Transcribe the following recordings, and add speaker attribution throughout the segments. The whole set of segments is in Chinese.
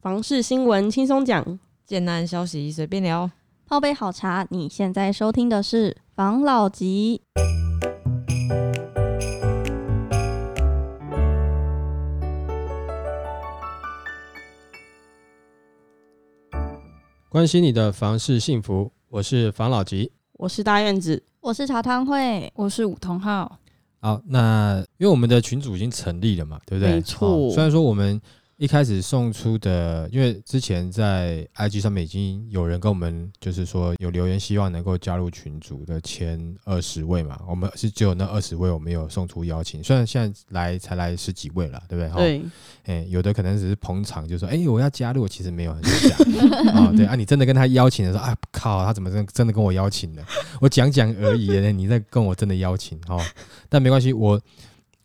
Speaker 1: 房事新闻轻松讲，
Speaker 2: 简单消息随便聊。
Speaker 3: 泡杯好茶，你现在收听的是防老集。
Speaker 4: 关心你的房事幸福，我是房老吉。
Speaker 1: 我是大院子，
Speaker 3: 我是茶汤会，
Speaker 5: 我是武同浩，
Speaker 4: 好，那因为我们的群组已经成立了嘛，对不对？
Speaker 1: 没错
Speaker 4: 虽然说我们一开始送出的，因为之前在 IG 上面已经有人跟我们就是说有留言，希望能够加入群组的前二十位嘛，我们是只有那二十位我们有送出邀请，虽然现在来才来十几位啦，对不对？哈
Speaker 1: 对，
Speaker 4: 哎、有的可能只是捧场，就说：“哎、我要加入。”其实没有很想啊、对啊，你真的跟他邀请的时候，啊，靠，他怎么真真的跟我邀请的？我讲讲而已，你在跟我真的邀请哦。但没关系，我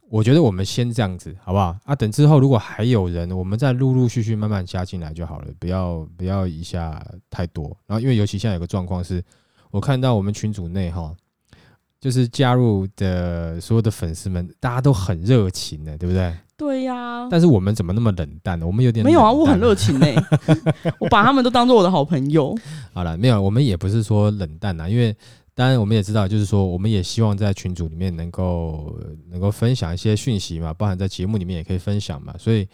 Speaker 4: 我觉得我们先这样子好不好？啊，等之后如果还有人，我们再陆陆续续慢慢加进来就好了，不要不要一下太多。然后，因为尤其现在有个状况是，我看到我们群组内哈。就是加入的所有的粉丝们，大家都很热情的，对不对？
Speaker 1: 对呀、
Speaker 4: 但是我们怎么那么冷淡呢？我们有点
Speaker 1: 嗯没有啊，
Speaker 4: 冷淡
Speaker 1: 我很。热 情哎、我把他们都当做我的好朋友。
Speaker 4: 好了，没有，我们也不是说冷淡啊，因为当然我们也知道，就是说我们也希望在群组里面能够能够分享一些讯息嘛，包含在节目里面也可以分享嘛。所以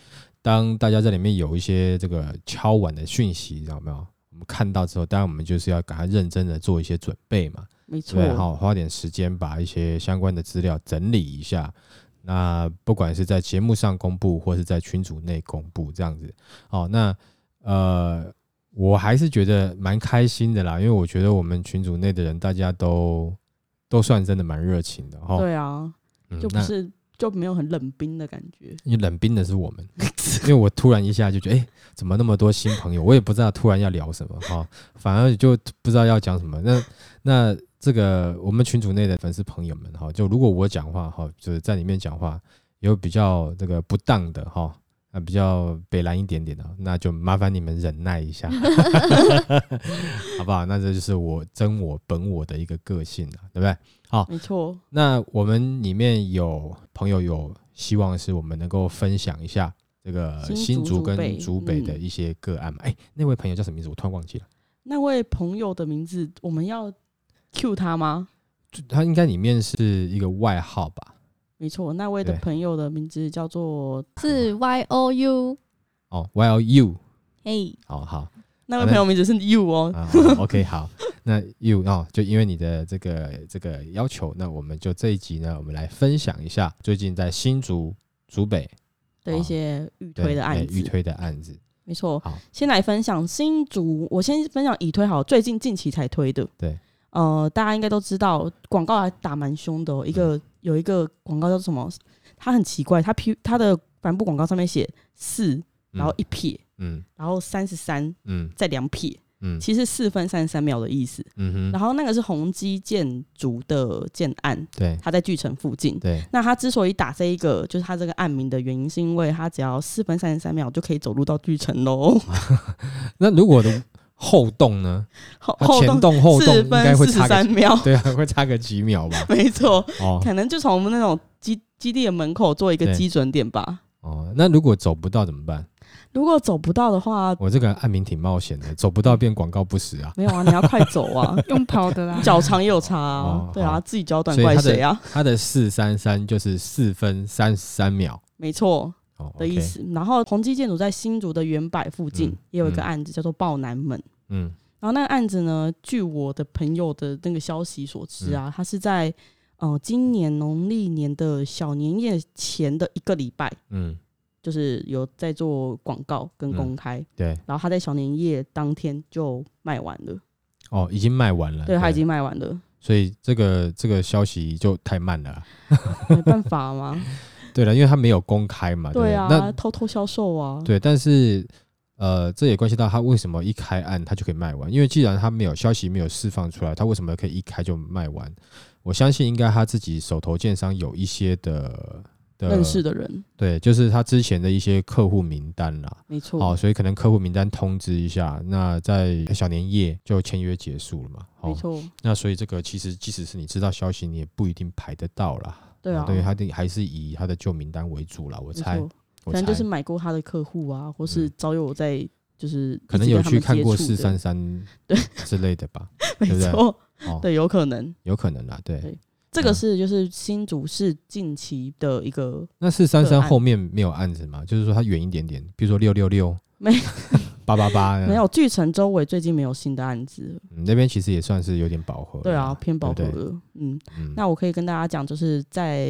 Speaker 4: 当大家在里面有一些这个敲碗的讯息，知道没有？我们看到之后，当然我们就是要赶快认真的做一些准备嘛。
Speaker 1: 没错，
Speaker 4: 对，好，花点时间把一些相关的资料整理一下。那不管是在节目上公布，或是在群组内公布，这样子。哦，那呃，我还是觉得蛮开心的啦，因为我觉得我们群组内的人，大家都都算真的蛮热情的哈。
Speaker 1: 对啊，
Speaker 4: 嗯
Speaker 1: 就不
Speaker 4: 那
Speaker 1: 是就没有很冷冰的感觉。
Speaker 4: 因为冷冰的是我们，因为我突然一下就觉得，哎、怎么那么多新朋友？我也不知道突然要聊什么哈、反而就不知道要讲什么。那那这个我们群组内的粉丝朋友们哈、就如果我讲话哈、就是在里面讲话有比较这个不当的哈、那比较北蓝一点点的，那就麻烦你们忍耐一下， 好不好？那这就是我真我本我的一个个性了，对不对？
Speaker 1: 没错，
Speaker 4: 那我们里面有朋友有希望是我们能够分享一下这个
Speaker 1: 新
Speaker 4: 新
Speaker 1: 竹
Speaker 4: 竹
Speaker 1: 竹北
Speaker 4: 跟竹北的
Speaker 1: 嗯
Speaker 4: 一些个案嘛？哎、那位朋友叫什么名字？我突然忘记了，
Speaker 1: 那位朋友的名字我们要 cue 他吗？
Speaker 4: 就他应该里面是一个外号吧？
Speaker 1: 没错，那位的
Speaker 4: 对
Speaker 1: 朋友的名字叫做
Speaker 3: 是 Y O U，
Speaker 4: 哦，Y L U，
Speaker 3: 嘿，
Speaker 4: 哦好
Speaker 1: 那位朋友名字是 you 哦，
Speaker 4: 啊、好，OK 好， 那 You 哦，就因为你的这个这个要求，那我们就这一集呢，我们来分享一下最近在新竹竹北
Speaker 1: 的一些预
Speaker 4: 对
Speaker 1: 推的
Speaker 4: 哎
Speaker 1: 案
Speaker 4: 预
Speaker 1: 子。
Speaker 4: 推的案子，
Speaker 1: 没错
Speaker 4: 好，
Speaker 1: 先来分享新竹，我先分享已推好，最近近期才推的。
Speaker 4: 对，
Speaker 1: 呃，大家应该都知道，广告还打蛮凶的、哦。一个、
Speaker 4: 嗯
Speaker 1: 有一个广告叫什么？它很奇怪，它 P 它的帆布广告上面写四，然后一撇，
Speaker 4: 嗯
Speaker 1: 然后三十三
Speaker 4: 嗯
Speaker 1: 再两撇，
Speaker 4: 嗯
Speaker 1: 其实四分三十三秒的意思。
Speaker 4: 嗯哼，
Speaker 1: 然后那个是宏基建筑的建案，
Speaker 4: 对
Speaker 1: 它在巨城附近。
Speaker 4: 对，
Speaker 1: 那他之所以打这一个，就是他这个案名的原因，是因为他只要四分三十三秒就可以走路到巨城喽。
Speaker 4: 那如果我的后动呢？
Speaker 1: 后
Speaker 4: 它
Speaker 1: 后
Speaker 4: 前动后动
Speaker 1: 四
Speaker 4: 应该
Speaker 1: 分
Speaker 4: 会
Speaker 1: 四十
Speaker 4: 差
Speaker 1: 三
Speaker 4: 个，
Speaker 1: 秒，。
Speaker 4: 对啊，会差个几秒吧
Speaker 1: 没错，
Speaker 4: 哦
Speaker 1: 可能就从我们那种基基地的门口做一个
Speaker 4: 对
Speaker 1: 基准点吧。
Speaker 4: 哦，那如果走不到怎么办？
Speaker 1: 如果走不到的话，
Speaker 4: 我这个案名挺冒险的，走不到变广告不实啊。
Speaker 1: 没有啊，你要快走 啊，，
Speaker 5: 用跑的啦
Speaker 1: 脚长也有差啊
Speaker 4: 哦，
Speaker 1: 对啊，
Speaker 4: 好
Speaker 1: 自己脚短
Speaker 4: 所以
Speaker 1: 怪
Speaker 4: 它
Speaker 1: 谁啊
Speaker 4: 的？它的四三三就是四分三十三秒
Speaker 1: 没错
Speaker 4: 哦
Speaker 1: 的意。
Speaker 4: OK，
Speaker 1: 思。然后宏基建筑在新竹的原柏附近
Speaker 4: 嗯
Speaker 1: 也有一个案子叫做爆南门。
Speaker 4: 嗯
Speaker 1: 然后那个案子呢，据我的朋友的那个消息所知
Speaker 4: 嗯
Speaker 1: 啊，他是在呃今年农历年的小年夜前的一个礼拜，
Speaker 4: 嗯，
Speaker 1: 就是有在做广告跟公开，
Speaker 4: 对，
Speaker 1: 然后他在小年夜当天就卖完了，
Speaker 4: 哦，已经卖完了。
Speaker 1: 对他已，经卖完了，
Speaker 4: 所以这个这个消息就太慢了啊。
Speaker 1: 没办法 嘛，
Speaker 4: 对了，因为它没有公开嘛。
Speaker 1: 对
Speaker 4: 啊对不
Speaker 1: 啊，
Speaker 4: 对那
Speaker 1: 偷偷销售啊，
Speaker 4: 对，但是呃，这也关系到他为什么一开案他就可以卖完，因为既然他没有消息没有释放出来，他为什么可以一开就卖完？我相信应该他自己手头建商有一些的的
Speaker 1: 认识的人，
Speaker 4: 对，就是他之前的一些客户名单啦。
Speaker 1: 没错，
Speaker 4: 好、所以可能客户名单通知一下，那在小年夜就签约结束了嘛。好、
Speaker 1: 没错，
Speaker 4: 那所以这个其实即使是你知道消息，你也不一定排得到啦。
Speaker 1: 对啊
Speaker 4: 对，他的还是以他的旧名单为主啦，我
Speaker 1: 没
Speaker 4: 猜。
Speaker 1: 错，
Speaker 4: 我
Speaker 1: 可能就
Speaker 4: 猜
Speaker 1: 是买过他的客户啊，或是
Speaker 4: 嗯
Speaker 1: 早有我在就是
Speaker 4: 可能
Speaker 1: 一直
Speaker 4: 有
Speaker 1: 跟他
Speaker 4: 去
Speaker 1: 们
Speaker 4: 看过
Speaker 1: 接触
Speaker 4: 四
Speaker 1: 的
Speaker 4: 三，三
Speaker 1: 对
Speaker 4: 之类的吧，
Speaker 1: 没
Speaker 4: 对不对
Speaker 1: 错，
Speaker 4: 哦，
Speaker 1: 对，有可能。
Speaker 4: 有可能啦，对
Speaker 1: 对。这个
Speaker 4: 嗯
Speaker 1: 是就是新竹市近期的一个
Speaker 4: 那四三
Speaker 1: 个
Speaker 4: 三
Speaker 1: 案
Speaker 4: 后面没有案子吗？就是说它远一点点，比如说六六六，
Speaker 1: 没
Speaker 4: 八八八，
Speaker 1: 没有巨城周围最近没有新的案子，
Speaker 4: 嗯，那边其实也算是有点饱和了啦。
Speaker 1: 对啊，偏饱和
Speaker 4: 对不对
Speaker 1: 了。嗯，
Speaker 4: 嗯，
Speaker 1: 那我可以跟大家讲，就是在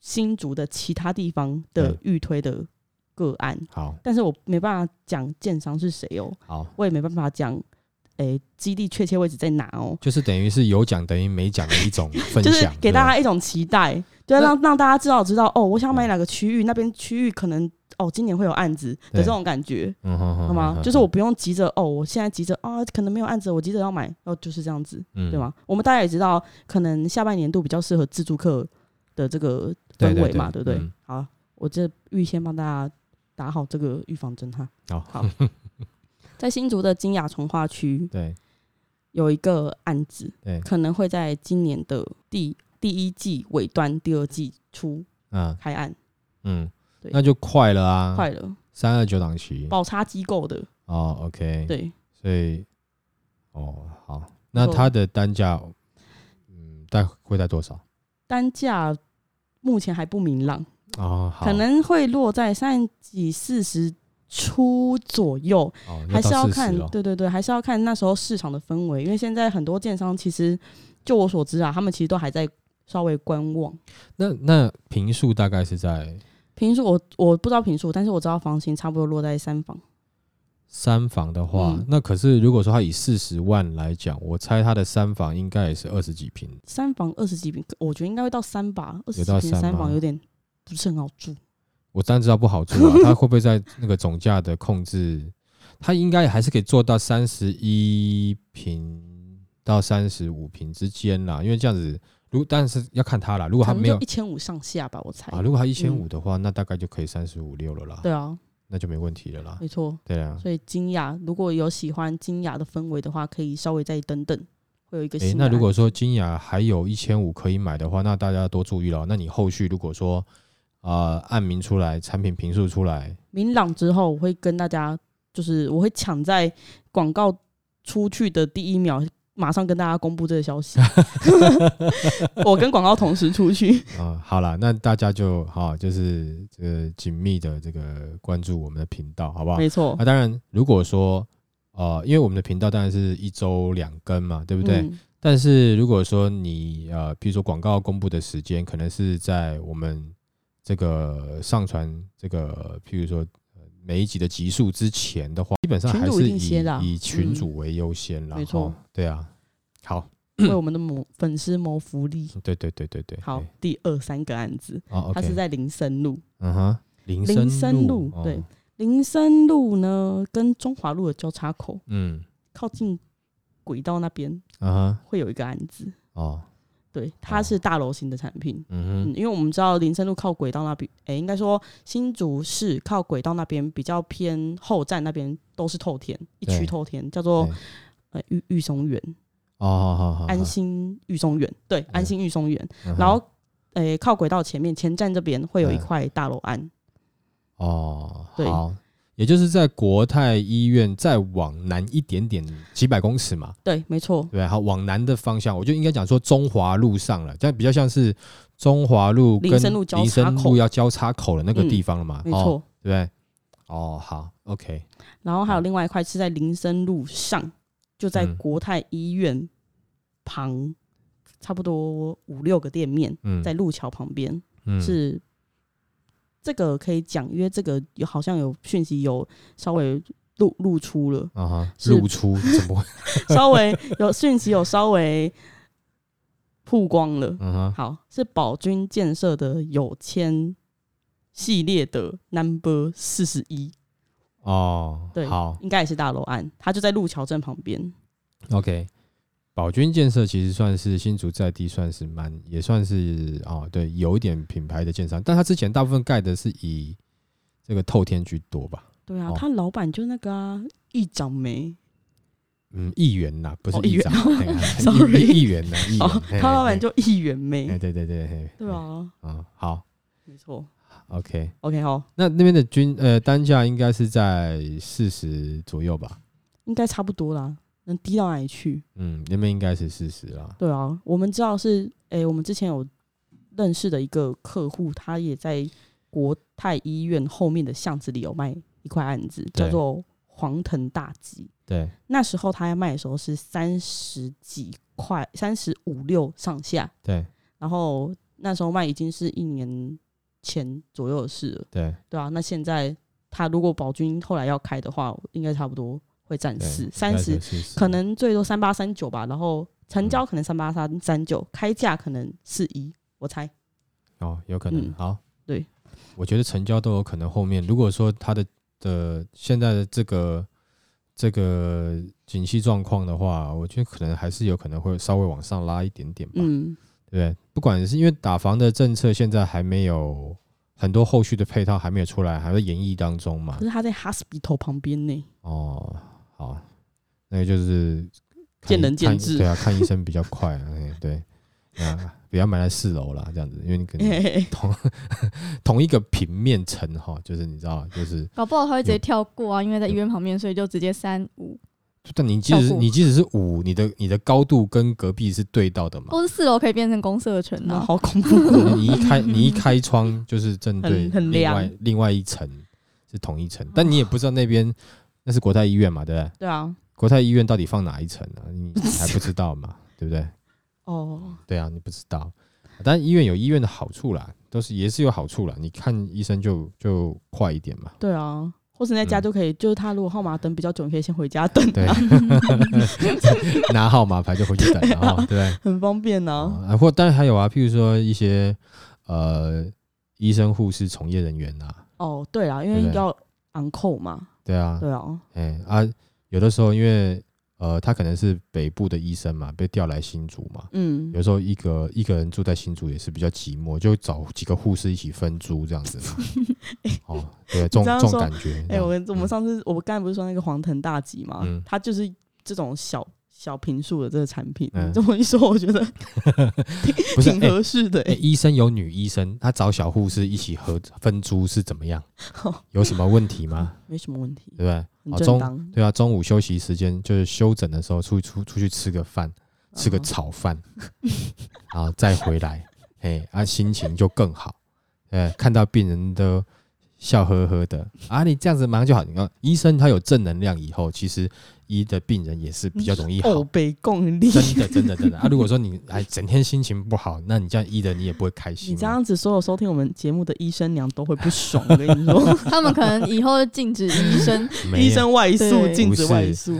Speaker 1: 新竹的其他地方的
Speaker 4: 嗯
Speaker 1: 预推的个案，
Speaker 4: 好
Speaker 1: 但是我没办法讲建商是谁哦，
Speaker 4: 好，
Speaker 1: 我也没办法讲，诶、基地确切位置在哪哦。
Speaker 4: 就是等于是有奖等于没奖的一种分
Speaker 1: 就是
Speaker 4: 享，
Speaker 1: 给大家一种期待，就要
Speaker 4: 那
Speaker 1: 让让大家知道知道哦，我想买
Speaker 4: 嗯
Speaker 1: 哪个区域，那边区域可能哦今年会有案子的
Speaker 4: 对
Speaker 1: 这种感觉。
Speaker 4: 对不对，嗯哼哼
Speaker 1: 好吗
Speaker 4: 哼？
Speaker 1: 就是我不用急着哦，我现在急着啊，可能没有案子，我急着要买，哦，就是这样子，
Speaker 4: 嗯
Speaker 1: 对吗？我们大家也知道，可能下半年度比较适合自助客的这个
Speaker 4: 对
Speaker 1: 氛
Speaker 4: 对
Speaker 1: 围嘛，
Speaker 4: 对
Speaker 1: 对不对
Speaker 4: 嗯？
Speaker 1: 好，我这预先帮大家打好这个预防针哈。
Speaker 4: 嗯好
Speaker 1: 好，在新竹的金雅从化区
Speaker 4: 对
Speaker 1: 有一个案子，
Speaker 4: 对，
Speaker 1: 可能会在今年的第第一季尾端、第二季初
Speaker 4: 嗯
Speaker 1: 开案，
Speaker 4: 嗯，
Speaker 1: 对
Speaker 4: 那就快了啊，
Speaker 1: 快了，
Speaker 4: 三二九档期
Speaker 1: 保差机构的，
Speaker 4: 哦，OK，，
Speaker 1: 对，
Speaker 4: 所以哦好，那
Speaker 1: 错
Speaker 4: 它的单价嗯大概会在多少？
Speaker 1: 单价目前还不明朗。
Speaker 4: 哦，好，
Speaker 1: 可能会落在三十几、四十出左右，
Speaker 4: 哦
Speaker 1: 还是要
Speaker 4: 40
Speaker 1: 看
Speaker 4: 咯，
Speaker 1: 对对对，还是要看那时候市场的氛围，因为现在很多建商其实，就我所知啊，他们其实都还在稍微观望。
Speaker 4: 那那平数大概是在
Speaker 1: 平数我我不知道平数，但是我知道房型差不多落在三房，
Speaker 4: 三房的话，
Speaker 1: 嗯
Speaker 4: 那可是如果说它以四十万来讲，我猜它的三房应该也是二十几平，
Speaker 1: 三房二十几平，我觉得应该会到三吧，二十
Speaker 4: 有
Speaker 1: 几
Speaker 4: 到
Speaker 1: 平
Speaker 4: 三
Speaker 1: 三
Speaker 4: 吗
Speaker 1: 房有点不是很好住。
Speaker 4: 我当然知道不好做 啊，它会不会在那个总价的控制？它应该还是可以做到三十一平到三十五平之间啦，因为这样子，如但是要看它啦。如果它
Speaker 1: 可能
Speaker 4: 没有
Speaker 1: 就一千五上下吧，我猜。
Speaker 4: 啊，如果它一千五的话，那大概就可以三十五六了啦，
Speaker 1: 哎嗯对啊，
Speaker 4: 那就没问题了啦。
Speaker 1: 没错。
Speaker 4: 对啊，
Speaker 1: 所以金雅如果有喜欢金雅的氛围的话，可以稍微再等等，会有一个新
Speaker 4: 诶、
Speaker 1: 的
Speaker 4: 那
Speaker 1: 案子。
Speaker 4: 如果说金雅还有一千五可以买的话，那大家多注意了。那你后续如果说呃案名出来，产品评述出来，
Speaker 1: 明朗之后，我会跟大家，就是我会抢在广告出去的第一秒，马上跟大家公布这个消息。 我跟广告同时出去，
Speaker 4: 啊、好啦，那大家就好、就是这个紧密的这个关注我们的频道，好不好？啊
Speaker 1: 没错
Speaker 4: 那、，当然，如果说呃，因为我们的频道当然是一周两更嘛，对不对？
Speaker 1: 嗯
Speaker 4: 但是如果说你呃，比如说广告公布的时间，可能是在我们这个上传这个，譬如说呃每一集的集数之前的话，基本上
Speaker 1: 群
Speaker 4: 还
Speaker 1: 主
Speaker 4: 是
Speaker 1: 一定先
Speaker 4: 以
Speaker 1: 啦
Speaker 4: 以群
Speaker 1: 嗯
Speaker 4: 主为优先啦。
Speaker 1: 没错
Speaker 4: 齁，对啊，好，
Speaker 1: 嗯为我们的某粉丝谋福利。
Speaker 4: 对对对对对，
Speaker 1: 好
Speaker 4: 对，
Speaker 1: 第二三个案子，
Speaker 4: 哦，OK，
Speaker 1: 它是在林森路。
Speaker 4: 嗯哼，林
Speaker 1: 林森
Speaker 4: 路
Speaker 1: 路，
Speaker 4: 哦
Speaker 1: 对，林森路呢，跟中华路的交叉口，
Speaker 4: 嗯，
Speaker 1: 靠近轨道那边
Speaker 4: 嗯哼，
Speaker 1: 会有一个案子。
Speaker 4: 哦，
Speaker 1: 对，它是大楼型的产品。嗯
Speaker 4: 嗯，
Speaker 1: 因为我们知道林森路靠轨道那边，诶、应该说新竹市靠轨道那边比较偏后站那边都是透天，一
Speaker 4: 对
Speaker 1: 区透天叫做
Speaker 4: 对
Speaker 1: 呃玉玉松园、
Speaker 4: 哼，哦，好好好，
Speaker 1: 安心玉松园，对，安心玉松园，
Speaker 4: 嗯哼，
Speaker 1: 然后诶、靠轨道前面前站这边会有一
Speaker 4: 嗯
Speaker 1: 块大楼安，
Speaker 4: 哦，
Speaker 1: 对
Speaker 4: 好，也就是在国泰医院再往南一点点几百公尺嘛，
Speaker 1: 对，没错
Speaker 4: 对，不对？好，往南的方向，我就应该讲说中华路上了，这样比较像是中华路跟
Speaker 1: 林森路交叉
Speaker 4: 林森
Speaker 1: 口
Speaker 4: 路要交叉口的那个
Speaker 1: 嗯
Speaker 4: 地方了嘛，
Speaker 1: 没
Speaker 4: 哦
Speaker 1: 错。，
Speaker 4: 对不对？哦，好，OK，
Speaker 1: 然后还有另外一块是在林森路上，就在
Speaker 4: 嗯
Speaker 1: 国泰医院旁，差不多五六个店面，
Speaker 4: 嗯，
Speaker 1: 在路桥旁边。
Speaker 4: 嗯，，
Speaker 1: 是这个可以讲，因为这个有好像有讯息有稍微露露出了
Speaker 4: 啊哈，
Speaker 1: 是
Speaker 4: 露出怎 么会？
Speaker 1: 稍微有讯息有稍微曝光了。
Speaker 4: 嗯哼，
Speaker 1: 好，是宝军建设的有签系列的 Number 四十一，
Speaker 4: 哦，
Speaker 1: 对
Speaker 4: 好
Speaker 1: 应该也是大楼案，它就在路桥镇旁边。
Speaker 4: ，OK。宝君建设其实算是新竹在地，算是蛮也算是哦，对，有一点品牌的建商，但他之前大部分盖的是以这个透天居多吧，
Speaker 1: 对啊
Speaker 4: 哦，
Speaker 1: 他老板就那个啊，一掌梅，
Speaker 4: 嗯，议员呐，不是
Speaker 1: 哦议员
Speaker 4: 长，嘿嘿嘿
Speaker 1: Sorry
Speaker 4: 议议员呐，议员，
Speaker 1: 哦
Speaker 4: 嘿嘿，
Speaker 1: 他老
Speaker 4: 嘿
Speaker 1: 板就一元
Speaker 4: 哎，
Speaker 1: 梅，
Speaker 4: 对对对，嘿
Speaker 1: 对，啊，
Speaker 4: 嗯，好，
Speaker 1: 没错，
Speaker 4: OK，
Speaker 1: OK，好，
Speaker 4: 那那边的均呃单价应该是在四十左右吧？
Speaker 1: 应该差不多啦，能低到哪里去？
Speaker 4: 嗯，那边应该是四十啦。
Speaker 1: 对啊，我们知道是，诶、我们之前有认识的一个客户，他也在国泰医院后面的巷子里有卖一块案子，
Speaker 4: 对
Speaker 1: 叫做黄藤大吉。
Speaker 4: 对，
Speaker 1: 那时候他在卖的时候是三十几块，三十五六上下，
Speaker 4: 对，
Speaker 1: 然后那时候卖已经是一年前左右的事了，
Speaker 4: 对，
Speaker 1: 对啊，那现在他如果宝君后来要开的话，应该差不多会占四
Speaker 4: 对，
Speaker 1: 三十，
Speaker 4: 40
Speaker 1: 可能最多三八三九吧，然后成
Speaker 4: 嗯
Speaker 1: 交可能三八三三九，开价可能四一，我猜。
Speaker 4: 哦，有可能。
Speaker 1: 嗯
Speaker 4: 好，
Speaker 1: 对，
Speaker 4: 我觉得成交都有可能。后面如果说它的的现在的这个这个景气状况的话，我觉得可能还是有可能会稍微往上拉一点点吧，
Speaker 1: 嗯，
Speaker 4: 对不对？不管是因为打房的政策现在还没有很多后续的配套还没有出来，还在演绎当中嘛
Speaker 1: 可。是他在 hospital 旁边呢，
Speaker 4: 哦，好，那个就是看
Speaker 1: 见
Speaker 4: 医
Speaker 1: 仁见
Speaker 4: 看
Speaker 1: 智
Speaker 4: 对啊，看医生比较快、啊，哎对，啊，不要买在四楼啦，这样子，因为你可能
Speaker 1: 嘿嘿嘿
Speaker 4: 同同一个平面层哈，就是你知道，就是
Speaker 3: 搞不好他会直接跳过啊，因为在医院旁边，所以就直接三五。
Speaker 4: 但你即使是
Speaker 3: 效果
Speaker 4: 你即使是五，你的你的高度跟隔壁是对到的嘛？
Speaker 3: 或是四楼可以变成公社群
Speaker 1: 那
Speaker 4: 嗯
Speaker 3: 啊，
Speaker 1: 好恐怖。哦
Speaker 4: 你一开你一开窗就是正对
Speaker 1: 很很
Speaker 4: 另
Speaker 1: 凉
Speaker 4: 外另外一层是同一层，但你也不知道那边那是国泰医院嘛，对 不对？
Speaker 1: 对啊，
Speaker 4: 国泰医院到底放哪一层啊？你还不知道嘛，对不对？
Speaker 1: 哦，
Speaker 4: 对啊，你不知道。但医院有医院的好处啦，都是也是有好处啦。你看医生就就快一点嘛，
Speaker 1: 对啊，或者在家就可以，就是他如果号码等比较久，你可以先回家等，啊
Speaker 4: 对，拿号码牌就回去等了哈，对不对？
Speaker 1: 很方便啊。
Speaker 4: 啊，或当然还有啊，譬如说一些呃医生、护士从业人员啊，
Speaker 1: 哦，对啊，因
Speaker 4: 对
Speaker 1: 为
Speaker 4: 不对
Speaker 1: 要 on call 嘛，
Speaker 4: 对啊，
Speaker 1: 对啊，
Speaker 4: 哎啊，有的时候因为呃他可能是北部的医生嘛，被调来新竹嘛，
Speaker 1: 嗯，
Speaker 4: 有时候一个一个人住在新竹也是比较寂寞，就找几个护士一起分租这样 子嘛哦，对，这种
Speaker 1: 这样
Speaker 4: 这种
Speaker 1: 说
Speaker 4: 感觉，
Speaker 1: 哎、
Speaker 4: 这样
Speaker 1: 我跟我们
Speaker 4: 嗯
Speaker 1: 上次我刚才不是说那个黄藤大吉嘛，
Speaker 4: 嗯
Speaker 1: 它就是这种小小平数的这个产品。
Speaker 4: 嗯
Speaker 1: 你这么一说，我觉得
Speaker 4: 不是
Speaker 1: 挺
Speaker 4: 哎
Speaker 1: 合适的、
Speaker 4: 哎、
Speaker 1: 欸。
Speaker 4: 医生有女医生，他找小护士一起合分租是怎么样？
Speaker 1: 好
Speaker 4: 有什么问 题吗？
Speaker 1: 没什么问题
Speaker 4: 对，不对？
Speaker 1: 很
Speaker 4: 哦
Speaker 1: 正
Speaker 4: 中
Speaker 1: 当。
Speaker 4: 对啊，中午休息时间就是休整的时候，出去出出去吃个饭，吃个
Speaker 1: 嗯
Speaker 4: 炒饭，然后再回来，哎，啊，心情就更好。呃，看到病人都笑呵呵的啊，你这样子忙就好。你看医生他有正能量以后，其实医的病人也是比较容易好
Speaker 1: 哦，。北共力。
Speaker 4: 真的，真的，真的啊！如果说你哎整天心情不好，那你这样医的你也不会开心
Speaker 1: 你
Speaker 4: 嘛。
Speaker 1: 这样子，所有收听我们节目的医生娘都会不爽。我跟你说，
Speaker 3: 他们可能以后禁止医生
Speaker 4: 没有
Speaker 1: 医生外宿，
Speaker 3: 对
Speaker 1: 禁止
Speaker 4: 不是
Speaker 1: 外宿。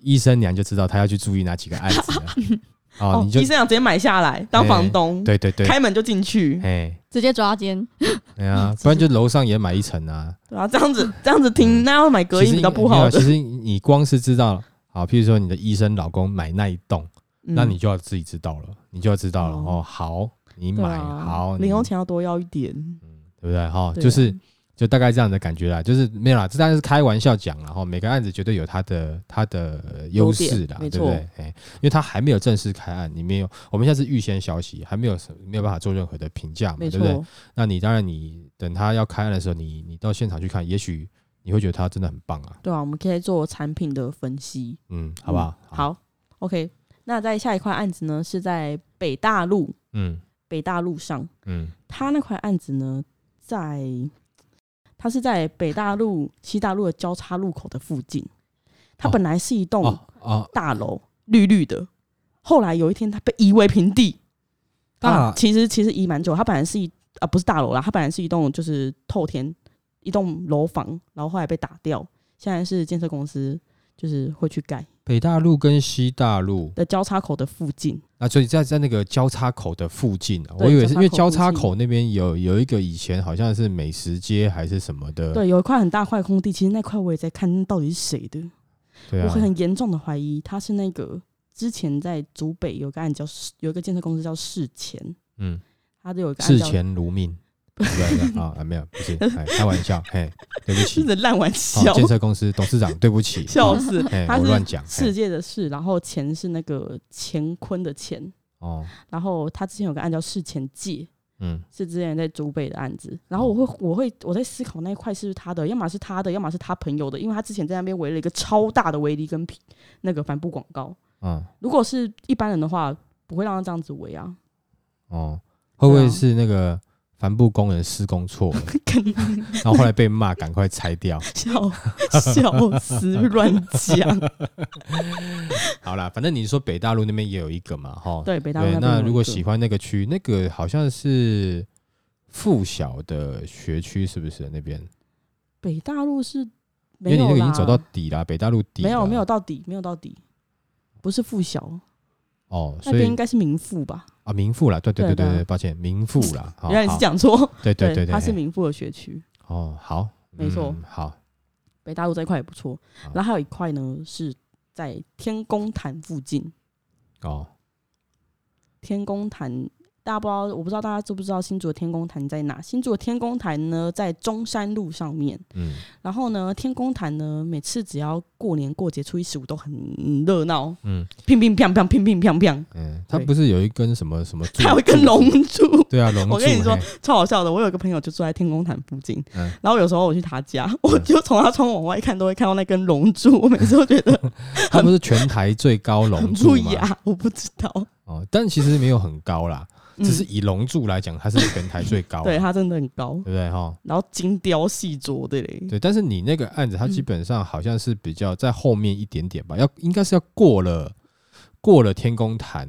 Speaker 4: 医生娘就知道他要去注意哪几个案子了。 哦，
Speaker 1: 哦，
Speaker 4: 你就
Speaker 1: 医生娘直接买下来当房东，
Speaker 4: 对对对，
Speaker 1: 开门就进去，
Speaker 4: 哎，
Speaker 3: 直接抓奸，
Speaker 4: 对
Speaker 1: 嗯
Speaker 4: 啊，不然就楼上也买一层啊。
Speaker 1: 对啊，这样子这样子听，
Speaker 4: 嗯
Speaker 1: 那要买隔
Speaker 4: 其
Speaker 1: 音
Speaker 4: 实
Speaker 1: 比较
Speaker 4: 你
Speaker 1: 不好
Speaker 4: 没有
Speaker 1: 的
Speaker 4: 其。实你光是知道，好，譬如说你的医生老公买那一栋，
Speaker 1: 嗯
Speaker 4: 那你就要自己知道了，你就要知道了
Speaker 1: 哦
Speaker 4: 哦。好，你
Speaker 1: 对
Speaker 4: 买
Speaker 1: 啊
Speaker 4: 好，你嗯
Speaker 1: 零用钱要多要一点。
Speaker 4: 对不对？哈，
Speaker 1: 对啊
Speaker 4: 就是就大概这样的感觉啦，就是没有啦，这当然是开玩笑讲啦，然后每个案子绝对有它的它的呃优势
Speaker 1: 优
Speaker 4: 啦，
Speaker 1: 点没
Speaker 4: 对
Speaker 1: 错
Speaker 4: 不对？哎，因为它还没有正式开案，你没有，我们现在是预先消息，还没有什没有办法做任何的评价嘛，
Speaker 1: 没
Speaker 4: 对不
Speaker 1: 错，
Speaker 4: 对？那你当然你等它要开案的时候，你你到现场去看，也许你会觉得它真的很棒啊，
Speaker 1: 对啊，我们可以做产品的分析，
Speaker 4: 嗯，好不好？
Speaker 1: 嗯，好，OK。那在下一块案子呢，是在北大路，
Speaker 4: 嗯
Speaker 1: 北大路上，
Speaker 4: 嗯，
Speaker 1: 他那块案子呢，在它是在北大路、西大路的交叉路口的附近。它
Speaker 4: 哦
Speaker 1: 本来是一栋
Speaker 4: 哦哦，
Speaker 1: 大楼，绿绿的，后来有一天它被夷为平地。
Speaker 4: 大
Speaker 1: 啊、其实其实移蛮久，它本来是一啊不是大楼啦，它本来是一栋就是透天一栋楼房，然后后来被打掉，现在是建设公司就是会去盖
Speaker 4: 北大路跟西大路，
Speaker 1: 的交叉口的附近。
Speaker 4: 那所以在在那个交叉口的附近啊，
Speaker 1: 对
Speaker 4: 我以为是因为交
Speaker 1: 交
Speaker 4: 叉
Speaker 1: 叉口附近
Speaker 4: 口那边有有一个以前好像是美食街还是什么的，
Speaker 1: 对，有啊一块很大块空地，其实那块我也在看到底是谁的，
Speaker 4: 对
Speaker 1: 我
Speaker 4: 啊
Speaker 1: 会，很严重的怀疑他是那个之前在竹北有个案叫世有一个建设公司叫世前，
Speaker 4: 嗯，
Speaker 1: 他就有一个案
Speaker 4: 视
Speaker 1: 叫
Speaker 4: 钱 如命，对不对？啊啊，没有，不是，哎，开玩笑，嘿，对不
Speaker 1: 真
Speaker 4: 起，
Speaker 1: 的烂玩
Speaker 4: 好，
Speaker 1: 笑，
Speaker 4: 哦 建设公司董事长，对不起，
Speaker 1: 笑死，
Speaker 4: 哎，
Speaker 1: 他
Speaker 4: 我
Speaker 1: 是
Speaker 4: 乱讲，
Speaker 1: 世
Speaker 4: 嘿
Speaker 1: 界的世，然后钱是那个乾坤的钱。
Speaker 4: 哦，
Speaker 1: 然后他之前有个案叫事前界，
Speaker 4: 嗯
Speaker 1: 是之前在竹北的案子，然后我
Speaker 4: 哦
Speaker 1: 会我会我在思考那一块是不是他的，要么是他的，要么是他朋友的，因为他之前在那边围了一个超大的围篱跟皮那个帆布广告。
Speaker 4: 嗯
Speaker 1: 如果是一般人的话，不会让他这样子围啊，
Speaker 4: 哦，会不
Speaker 1: 对
Speaker 4: 会
Speaker 1: 啊
Speaker 4: 是那个帆布工人施工错了，
Speaker 1: 跟
Speaker 4: 然后后来被骂，赶快拆掉？
Speaker 1: 笑笑死乱讲。
Speaker 4: 好啦，反正你说北大陆那边也有一个嘛，哈，
Speaker 1: 对，北大
Speaker 4: 对，
Speaker 1: 边有
Speaker 4: 那
Speaker 1: 一
Speaker 4: 如果
Speaker 1: 个
Speaker 4: 喜欢那个区，那个好像是附小的学区，是不是那边？
Speaker 1: 北大陆是
Speaker 4: 因
Speaker 1: 没
Speaker 4: 为
Speaker 1: 有
Speaker 4: 你那个已经
Speaker 1: 啦
Speaker 4: 走到底啦，北大陆底
Speaker 1: 没有
Speaker 4: 啦
Speaker 1: 没有到底，没有到底，不是附小，
Speaker 4: 哦，
Speaker 1: 那
Speaker 4: 所
Speaker 1: 边
Speaker 4: 以
Speaker 1: 应该是民附吧？
Speaker 4: 啊，民富啦，对对对
Speaker 1: 对
Speaker 4: 对
Speaker 1: 对啊
Speaker 4: 对，抱歉，民富 啦，好
Speaker 1: 原来你
Speaker 4: 哦好
Speaker 1: 是讲错，
Speaker 4: 对对对对，
Speaker 1: 它是
Speaker 4: 嘿
Speaker 1: 民附的学区。
Speaker 4: 哦，好，
Speaker 1: 没错
Speaker 4: 嗯好，
Speaker 1: 北大陆这一块也不错，
Speaker 4: 好
Speaker 1: 然后还有一块呢是在天宫潭附近。
Speaker 4: 哦，
Speaker 1: 天宫潭，大家不知道，我不知道大家知不知道新竹的天宫潭在哪？新竹的天宫潭呢，在中山路上面。
Speaker 4: 嗯，
Speaker 1: 然后呢，天宫潭呢，每次只要过年过节初一十五都很热闹，
Speaker 4: 嗯
Speaker 1: 嗯，乒乒乓乓，乒乒乓乓，
Speaker 4: 嗯，它
Speaker 1: 对
Speaker 4: 不是有一根什么什么柱，
Speaker 1: 还有一根
Speaker 4: 柱
Speaker 1: 龙
Speaker 4: 子，
Speaker 1: 柱。
Speaker 4: 对啊，龙柱，
Speaker 1: 我跟你说
Speaker 4: 嘿，
Speaker 1: 超好笑的。我有一个朋友就住在天宫潭附近，
Speaker 4: 嗯
Speaker 1: 然后有时候我去他家，我就从他窗户往外看，都会看到那根龙柱。我每次都觉得
Speaker 4: 它不是全台 最高龙
Speaker 1: 很
Speaker 4: 柱
Speaker 1: 不
Speaker 4: 吗？
Speaker 1: 雅，我不知道。
Speaker 4: 哦，但其实没有很高啦，
Speaker 1: 嗯，
Speaker 4: 只是啊以龙柱来讲，它是全台最 高
Speaker 1: 对啊
Speaker 4: 对
Speaker 1: 它真的很高
Speaker 4: 不，对哈？
Speaker 1: 然后精雕细琢的嘞。
Speaker 4: 对，但是你那个案子，它基
Speaker 1: 嗯
Speaker 4: 本上好像是比较在后面一点点吧，要应该是要过了过了天宫潭，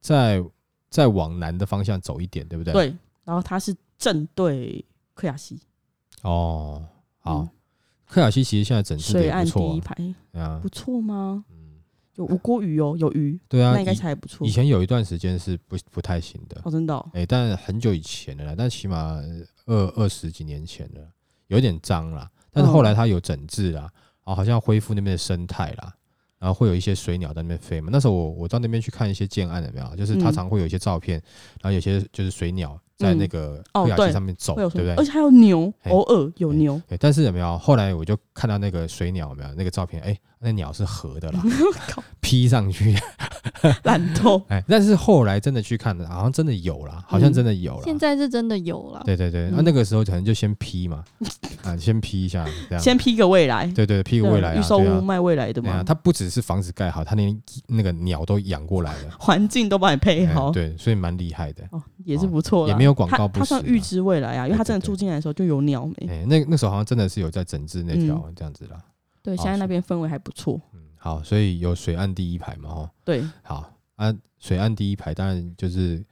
Speaker 4: 再再往南的方向走一点，对不对？，
Speaker 1: 对，然后他是正对克雅西，
Speaker 4: 哦，好，
Speaker 1: 嗯
Speaker 4: 克雅西其实现在整治的
Speaker 1: 水
Speaker 4: 也
Speaker 1: 岸
Speaker 4: 不
Speaker 1: 第
Speaker 4: 错
Speaker 1: 一排，
Speaker 4: 啊，啊
Speaker 1: 不，错吗？
Speaker 4: 嗯，
Speaker 1: 有无锅鱼哦，有鱼，
Speaker 4: 对啊
Speaker 1: 那应，该是还不错
Speaker 4: 以以。前有一段时间是不不太行的，
Speaker 1: 哦，真的哦，
Speaker 4: 哎、但很久以前的了啦，但起码二二十几年前了，有点脏啦。但是后
Speaker 1: 嗯
Speaker 4: 来它有整治啦，啊，好像恢复那边的生态啦，然后会有一些水鸟在那边飞嘛。那时候我我到那边去看一些建案有没有，就是它
Speaker 1: 嗯
Speaker 4: 常会有一些照片，然后有些就是水鸟在那
Speaker 1: 嗯
Speaker 4: 个
Speaker 1: 哦
Speaker 4: 会雅
Speaker 1: 对
Speaker 4: 溪上面走，
Speaker 1: 会有什
Speaker 4: 对
Speaker 1: 么
Speaker 4: 不对
Speaker 1: 而？且还有牛，
Speaker 4: 嘿
Speaker 1: 偶尔有
Speaker 4: 嘿
Speaker 1: 牛，
Speaker 4: 对，但是有没有？后来我就看到那个水鸟有没有那个照片？哎、那鸟是合 的啦
Speaker 1: 靠，
Speaker 4: 披上去。
Speaker 1: 懒透。
Speaker 4: 哎、但是后来真的去看了，好像真的有啦，好像真的有啦。
Speaker 3: 现在是真的有了，
Speaker 4: 对对对，那、
Speaker 1: 嗯
Speaker 4: 那个时候可能就先 批嘛，啊，先批一下这样。
Speaker 1: 先批个未来，
Speaker 4: 啊对对，批个
Speaker 1: 对
Speaker 4: 未来
Speaker 1: 预
Speaker 4: 啊，
Speaker 1: 售
Speaker 4: 对
Speaker 1: 屋
Speaker 4: 啊，
Speaker 1: 卖未来的
Speaker 4: 对啊，
Speaker 1: 嘛，
Speaker 4: 它不只是房子盖好，它连那个鸟都养过来了。
Speaker 1: 环境都帮你配
Speaker 4: 哎
Speaker 1: 好，
Speaker 4: 对，所以蛮厉害的。
Speaker 1: 哦，也是不错啦，
Speaker 4: 也没有广告
Speaker 1: 它
Speaker 4: 不
Speaker 1: 它算
Speaker 4: 实
Speaker 1: 预
Speaker 4: 啦
Speaker 1: 知未来啊，因
Speaker 4: 对
Speaker 1: 为它
Speaker 4: 对
Speaker 1: 真的
Speaker 4: 对
Speaker 1: 住进来的时候就有鸟没。
Speaker 4: 哎，那那时候好像真的是有在整治那
Speaker 1: 嗯
Speaker 4: 条啊这样子啦。
Speaker 1: 对，
Speaker 4: 好
Speaker 1: 现在
Speaker 4: 哦是
Speaker 1: 那边氛围还不错。
Speaker 4: 嗯，好，所以有水岸第一排嘛，哦，
Speaker 1: 对，
Speaker 4: 好啊，水岸第一排当然就是。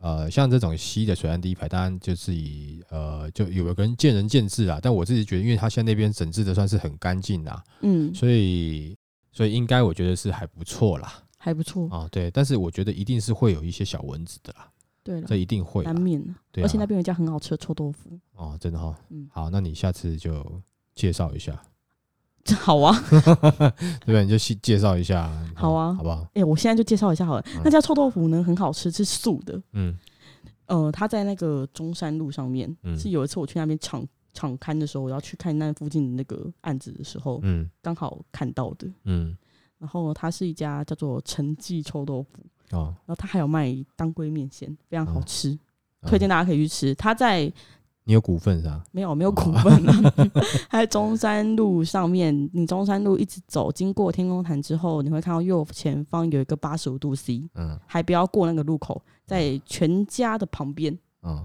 Speaker 4: 呃，像这种西的水岸第一排，当然就是以呃，就有个人见仁见智啦。但我自己觉得，因为它现在那边整治的算是很干净啦，
Speaker 1: 嗯，
Speaker 4: 所以所以应该我觉得是还不错啦，
Speaker 1: 还不错。
Speaker 4: 啊，对，但是我觉得一定是会有一些小蚊子的啦，
Speaker 1: 对了
Speaker 4: 这，一定会啦
Speaker 1: 难，免啊
Speaker 4: 对啊，
Speaker 1: 而且那边有一家很好吃的臭豆腐，
Speaker 4: 哦，真的哈、
Speaker 1: 嗯
Speaker 4: 好，那你下次就介绍一下，
Speaker 1: 好啊。
Speaker 4: 对不对？你就细介绍一下，嗯
Speaker 1: 好啊
Speaker 4: 好不好？
Speaker 1: 哎、我现在就介绍一下好了。那家臭豆腐呢，很好吃，是素的。
Speaker 4: 嗯
Speaker 1: 呃，它在那个中山路上面，
Speaker 4: 嗯
Speaker 1: 是有一次我去那边场场刊的时候，我要去看那附近的那个案子的时候，
Speaker 4: 嗯
Speaker 1: 刚好看到的。
Speaker 4: 嗯，
Speaker 1: 然后它是一家叫做陈记臭豆腐，
Speaker 4: 哦，
Speaker 1: 然后它还有卖当归面线，非常好
Speaker 4: 哦
Speaker 1: 吃，
Speaker 4: 嗯
Speaker 1: 推荐大家可以去吃。它在
Speaker 4: 你有股份是吧？
Speaker 1: 没有没有股份啊， 它在中山路上面，你中山路一直走，经过天空潭之后，你会看到右前方有一个八十五度 C。
Speaker 4: 嗯
Speaker 1: 还不要过那个路口，在全家的旁边
Speaker 4: 嗯，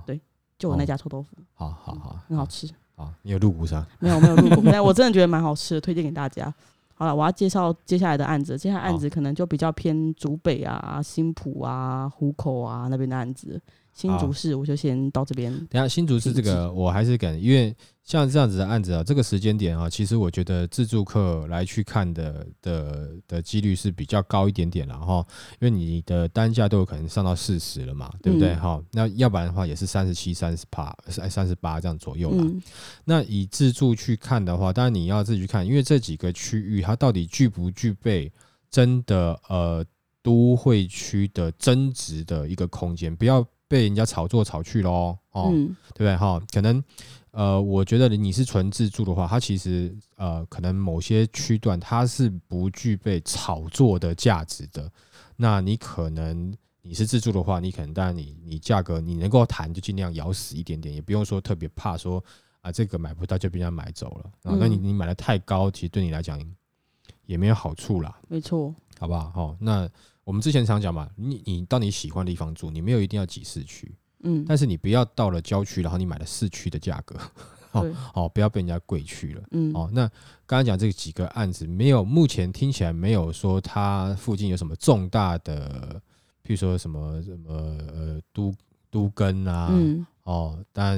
Speaker 1: 就有那家臭豆腐，
Speaker 4: 好好好，
Speaker 1: 嗯很好吃。
Speaker 4: 好，你有入股商，
Speaker 1: 没有没有路口，但 我真的觉得蛮好吃的，推荐给大家。好了，我要介绍接下来的案子，接下来案子可能就比较偏竹北啊、新浦啊、湖口啊那边的案子。新竹市我就先到这边。
Speaker 4: 等一下新竹市这个，我还是敢，因为像这样子的案子啊，这个时间点啊，其实我觉得自助客来去看的的的几率是比较高一点点啦，哈，因为你的单价都有可能上到四十了嘛，对不对
Speaker 1: 嗯
Speaker 4: 哈、那要不然的话也是三十七、三十八、三十八这样左右啦。
Speaker 1: 嗯，
Speaker 4: 那以自助去看的话，当然你要自己去看，因为这几个区域它到底具不具备真的呃都会区的增值的一个空间，不要被人家炒作炒去喽哦。
Speaker 1: 嗯，
Speaker 4: 对不对？哈，可能呃，我觉得你是纯自助的话，它其实呃，可能某些区段它是不具备炒作的价值的，那你可能你是自助的话，你可能当然你你价格你能够谈就尽量咬死一点点，也不用说特别怕说啊这个买不到就被人家买走了，然后那你
Speaker 1: 嗯
Speaker 4: 你买的太高，其实对你来讲也没有好处啦，
Speaker 1: 没错，
Speaker 4: 好不好？哦，那我们之前常讲嘛，你你到你喜欢的地方住，你没有一定要挤市区，
Speaker 1: 嗯，
Speaker 4: 但是你不要到了郊区，然后你买了市区的价格，
Speaker 1: 对，
Speaker 4: 哦，不要被人家贵去了。
Speaker 1: 嗯，
Speaker 4: 哦，那刚刚讲这几个案子，没有目前听起来没有说它附近有什么重大的，譬如说什么什么呃都都根啊，
Speaker 1: 嗯，
Speaker 4: 哦，但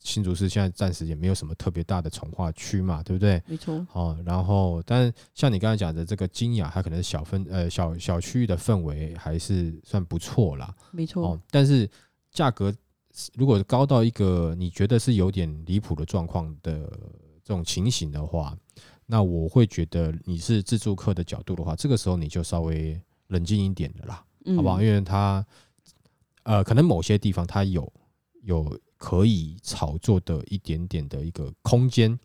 Speaker 4: 新竹市现在暂时也没有什么特别大的从化区嘛，对不对？
Speaker 1: 没错，
Speaker 4: 哦，然后，但像你刚才讲的这个金雅，它可能小分呃小小区域的氛围还是算不错啦。
Speaker 1: 没错
Speaker 4: 哦，，但是价格如果高到一个你觉得是有点离谱的状况的这种情形的话，那我会觉得你是自助客的角度的话，这个时候你就稍微冷静一点的啦，
Speaker 1: 嗯，
Speaker 4: 好不好？因为它呃，可能某些地方它有有可以炒作的一点点的一个空间，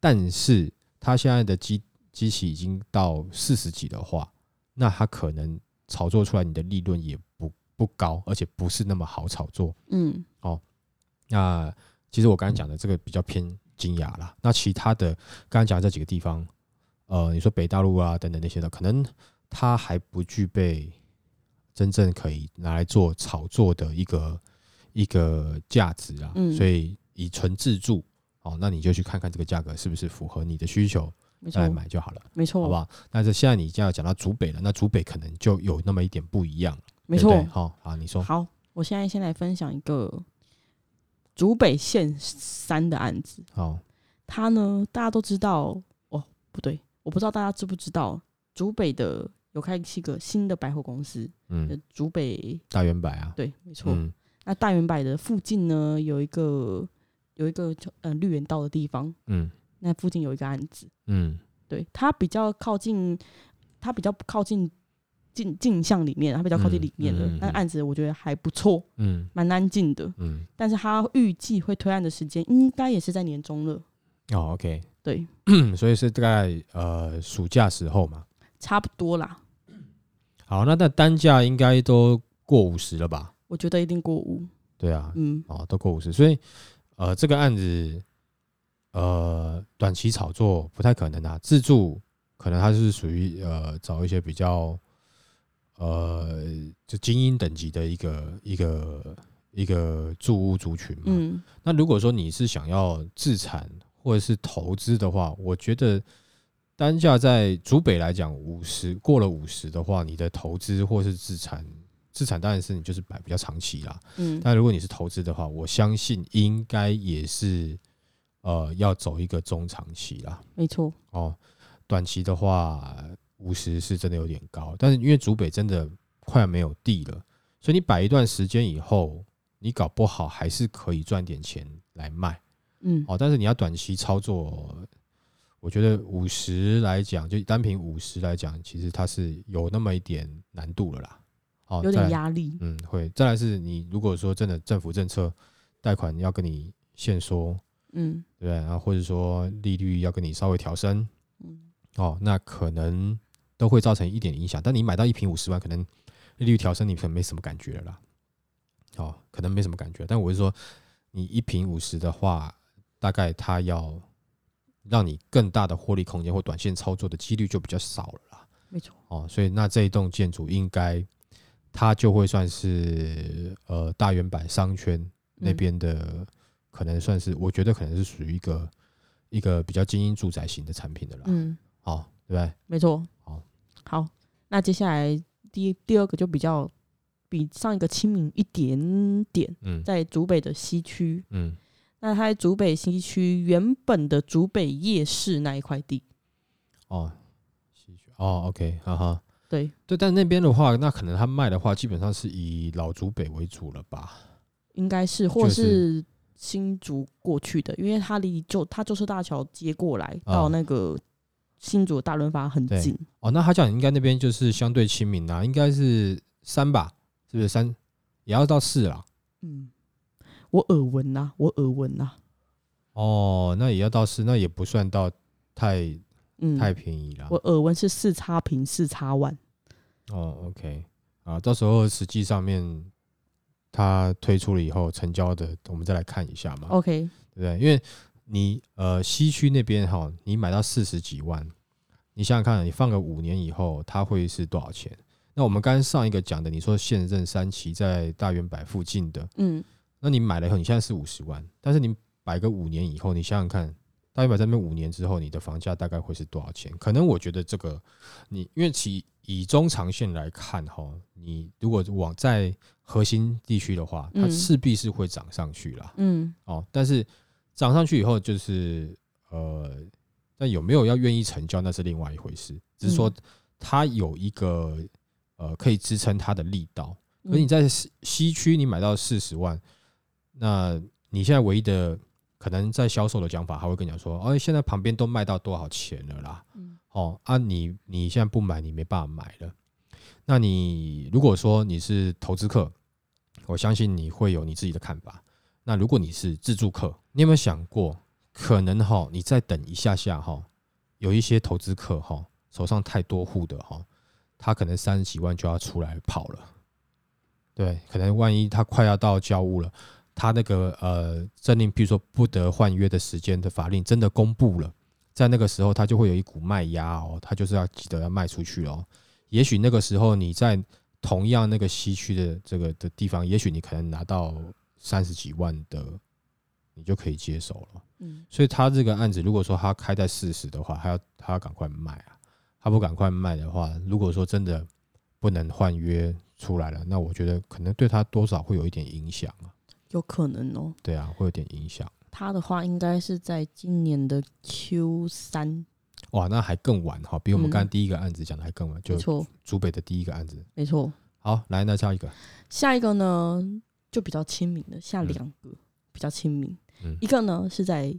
Speaker 4: 但是它现在的机机器已经到四十几的话，那它可能炒作出来你的利润也不不高，而且不是那么好炒作。
Speaker 1: 嗯，
Speaker 4: 那其实我刚才讲的这个比较偏金雅啦，那其他的刚才讲的这几个地方，呃，你说北大陆啊等等那些的，可能它还不具备真正可以拿来做炒作的一个一个价值啊，
Speaker 1: 嗯
Speaker 4: 所以以纯自住哦，那你就去看看这个价格是不是符合你的需求，
Speaker 1: 没
Speaker 4: 再来
Speaker 1: 错，哦
Speaker 4: 买就好了，
Speaker 1: 没
Speaker 4: 好不
Speaker 1: 错，
Speaker 4: 好？那这现在你这样讲到竹北了，那竹北可能就有那么一点不一样了，
Speaker 1: 没
Speaker 4: 对不
Speaker 1: 错
Speaker 4: 对，好、好，你说，
Speaker 1: 好，我现在先来分享一个竹北县三的案子。
Speaker 4: 好，
Speaker 1: 它呢，大家都知道哦，不对，我不知道大家知不知道，竹北的有开七个新的百货公司，呃
Speaker 4: 嗯，
Speaker 1: 竹北
Speaker 4: 大圆柏啊，
Speaker 1: 对，没错。
Speaker 4: 嗯
Speaker 1: 那大圆柏的附近呢，有一个有一个叫呃绿园道的地方，
Speaker 4: 嗯
Speaker 1: 那附近有一个案子，
Speaker 4: 嗯。
Speaker 1: 对，它比较靠近，它比较靠近近近巷里面，它比较靠近
Speaker 4: 嗯
Speaker 1: 里面的。
Speaker 4: 嗯嗯嗯
Speaker 1: 那案子我觉得还不错，
Speaker 4: 嗯
Speaker 1: 蛮安静的。
Speaker 4: 嗯，
Speaker 1: 但是它预计会推案的时间应该也是在年中了，
Speaker 4: 哦，OK，
Speaker 1: 对，
Speaker 4: 嗯，所以是大概呃暑假时候嘛。
Speaker 1: 差不多啦。
Speaker 4: 好，那那单价应该都过五十了吧？
Speaker 1: 我觉得一定过五，
Speaker 4: 对啊，
Speaker 1: 嗯，
Speaker 4: 哦，都过五十，所以呃这个案子呃短期炒作不太可能啊，自住可能它是属于呃找一些比较呃就精英等级的一个一个一个住屋族群嘛。
Speaker 1: 嗯，
Speaker 4: 那如果说你是想要自产或者是投资的话，我觉得单价在主北来讲，五十过了五十的话，你的投资或是自产，自产当然是你就是买比较长期啦。
Speaker 1: 嗯，
Speaker 4: 但如果你是投资的话，我相信应该也是呃要走一个中长期啦。
Speaker 1: 没错，
Speaker 4: 哦，短期的话五十是真的有点高，但是因为主北真的快没有地了，所以你摆一段时间以后，你搞不好还是可以赚点钱来卖
Speaker 1: 嗯，
Speaker 4: 哦。但是你要短期操作，我觉得五十来讲，就单凭五十来讲，其实它是有那么一点难度了啦。哦，
Speaker 1: 有
Speaker 4: 再
Speaker 1: 点
Speaker 4: 来
Speaker 1: 压力，
Speaker 4: 嗯，会。再来是你如果说真的政府政策贷款要跟你限缩，
Speaker 1: 嗯
Speaker 4: 对不对？然后或者说利率要跟你稍微调升，
Speaker 1: 嗯，
Speaker 4: 哦，那可能都会造成一点影响。但你买到一瓶五十万，可能利率调升，你可能没什么感觉了啦。哦，可能没什么感觉。但我是说，你一瓶五十的话，大概它要让你更大的获利空间或短线操作的几率就比较少了啦。
Speaker 1: 没错，
Speaker 4: 哦，所以那这一栋建筑应该它就会算是呃大圆柏商圈那
Speaker 1: 嗯，
Speaker 4: 边的，可能算是我觉得可能是属于一个一个比较精英住宅型的产品的啦。
Speaker 1: 嗯，
Speaker 4: 哦，对不对？
Speaker 1: 没错，
Speaker 4: 好，
Speaker 1: 好，那接下来第第二个就比较比上一个亲民一点点，
Speaker 4: 嗯
Speaker 1: 在竹北的西区，
Speaker 4: 嗯
Speaker 1: 那它在竹北西区原本的竹北夜市那一块地，
Speaker 4: 哦，西区哦，OK，哈哈，
Speaker 1: 对，
Speaker 4: 对，但那边的话，那可能他卖的话，基本上是以老竹北为主了吧？
Speaker 1: 应该是或
Speaker 4: 就是
Speaker 1: 新竹过去的，因为它离就它就是大桥接过来
Speaker 4: 啊
Speaker 1: 到那个新竹大润发很
Speaker 4: 对
Speaker 1: 近，
Speaker 4: 哦，那他讲应该那边就是相对亲民啊啦，应该是三吧？是不是三？也要到四啦？
Speaker 1: 嗯，我耳闻呐、我耳闻啊呐、
Speaker 4: 哦，那也要到四，那也不算到太啊
Speaker 1: 嗯，
Speaker 4: 太便宜啦。
Speaker 1: 我耳闻是四叉平四叉万，
Speaker 4: 哦，OK，啊、啊，到时候实际上面它推出了以后成交的，我们再来看一下嘛，
Speaker 1: OK，
Speaker 4: 对不对？因为你呃西区那边哈，你买到四十几万，你想想看，你放个五年以后，它会是多少钱？那我们刚刚上一个讲的，你说现任三期在大圆柏附近的，
Speaker 1: 嗯，
Speaker 4: 那你买了以后，你现在是五十万，但是你摆个五年以后，你想想看，大约摆在那边五年之后，你的房价大概会是多少钱？可能我觉得这个，你因为其以中长线来看哈，你如果往在核心地区的话，它
Speaker 1: 嗯
Speaker 4: 势必是会涨上去啦。
Speaker 1: 嗯，
Speaker 4: 哦，但是涨上去以后，就是呃，但有没有要愿意成交，那是另外一回事。只是说
Speaker 1: 嗯
Speaker 4: 它有一个呃可以支撑它的力道。
Speaker 1: 嗯
Speaker 4: 可是你在西西区你买到四十万，那你现在唯一的可能在销售的讲法，还会跟你讲说，哦，现在旁边都卖到多少钱了啦，
Speaker 1: 嗯
Speaker 4: 哦啊你你现在不买，你没办法买了。那你如果说你是投资客，我相信你会有你自己的看法。那如果你是自住客，你有没有想过，可能哈，你再等一下下哈，有一些投资客哈，手上太多户的哈，他可能三十几万就要出来跑了。对，可能万一他快要到交屋了，他那个呃政令，比如说不得换约的时间的法令真的公布了，在那个时候他就会有一股卖压哦，他就是要记得要卖出去哦。也许那个时候你在同样那个西区的这个的地方，也许你可能拿到三十几万的，你就可以接手了。
Speaker 1: 嗯
Speaker 4: 所以他这个案子，如果说他开在四十的话，他要他要赶快卖啊，他不赶快卖的话，如果说真的不能换约出来了，那我觉得可能对他多少会有一点影响啊，
Speaker 1: 有可能哦。
Speaker 4: 对啊，会有点影响。
Speaker 1: 他的话应该是在今年的 Q 三，
Speaker 4: 哇，那还更晚哈，比我们
Speaker 1: 嗯
Speaker 4: 刚刚第一个案子讲的还更晚，
Speaker 1: 没
Speaker 4: 就
Speaker 1: 错，
Speaker 4: 竹北的第一个案子。
Speaker 1: 没错。
Speaker 4: 好，来，那下一个，
Speaker 1: 下一个呢，就比较亲民的，下两个、比较亲民。
Speaker 4: 嗯
Speaker 1: 一个呢是在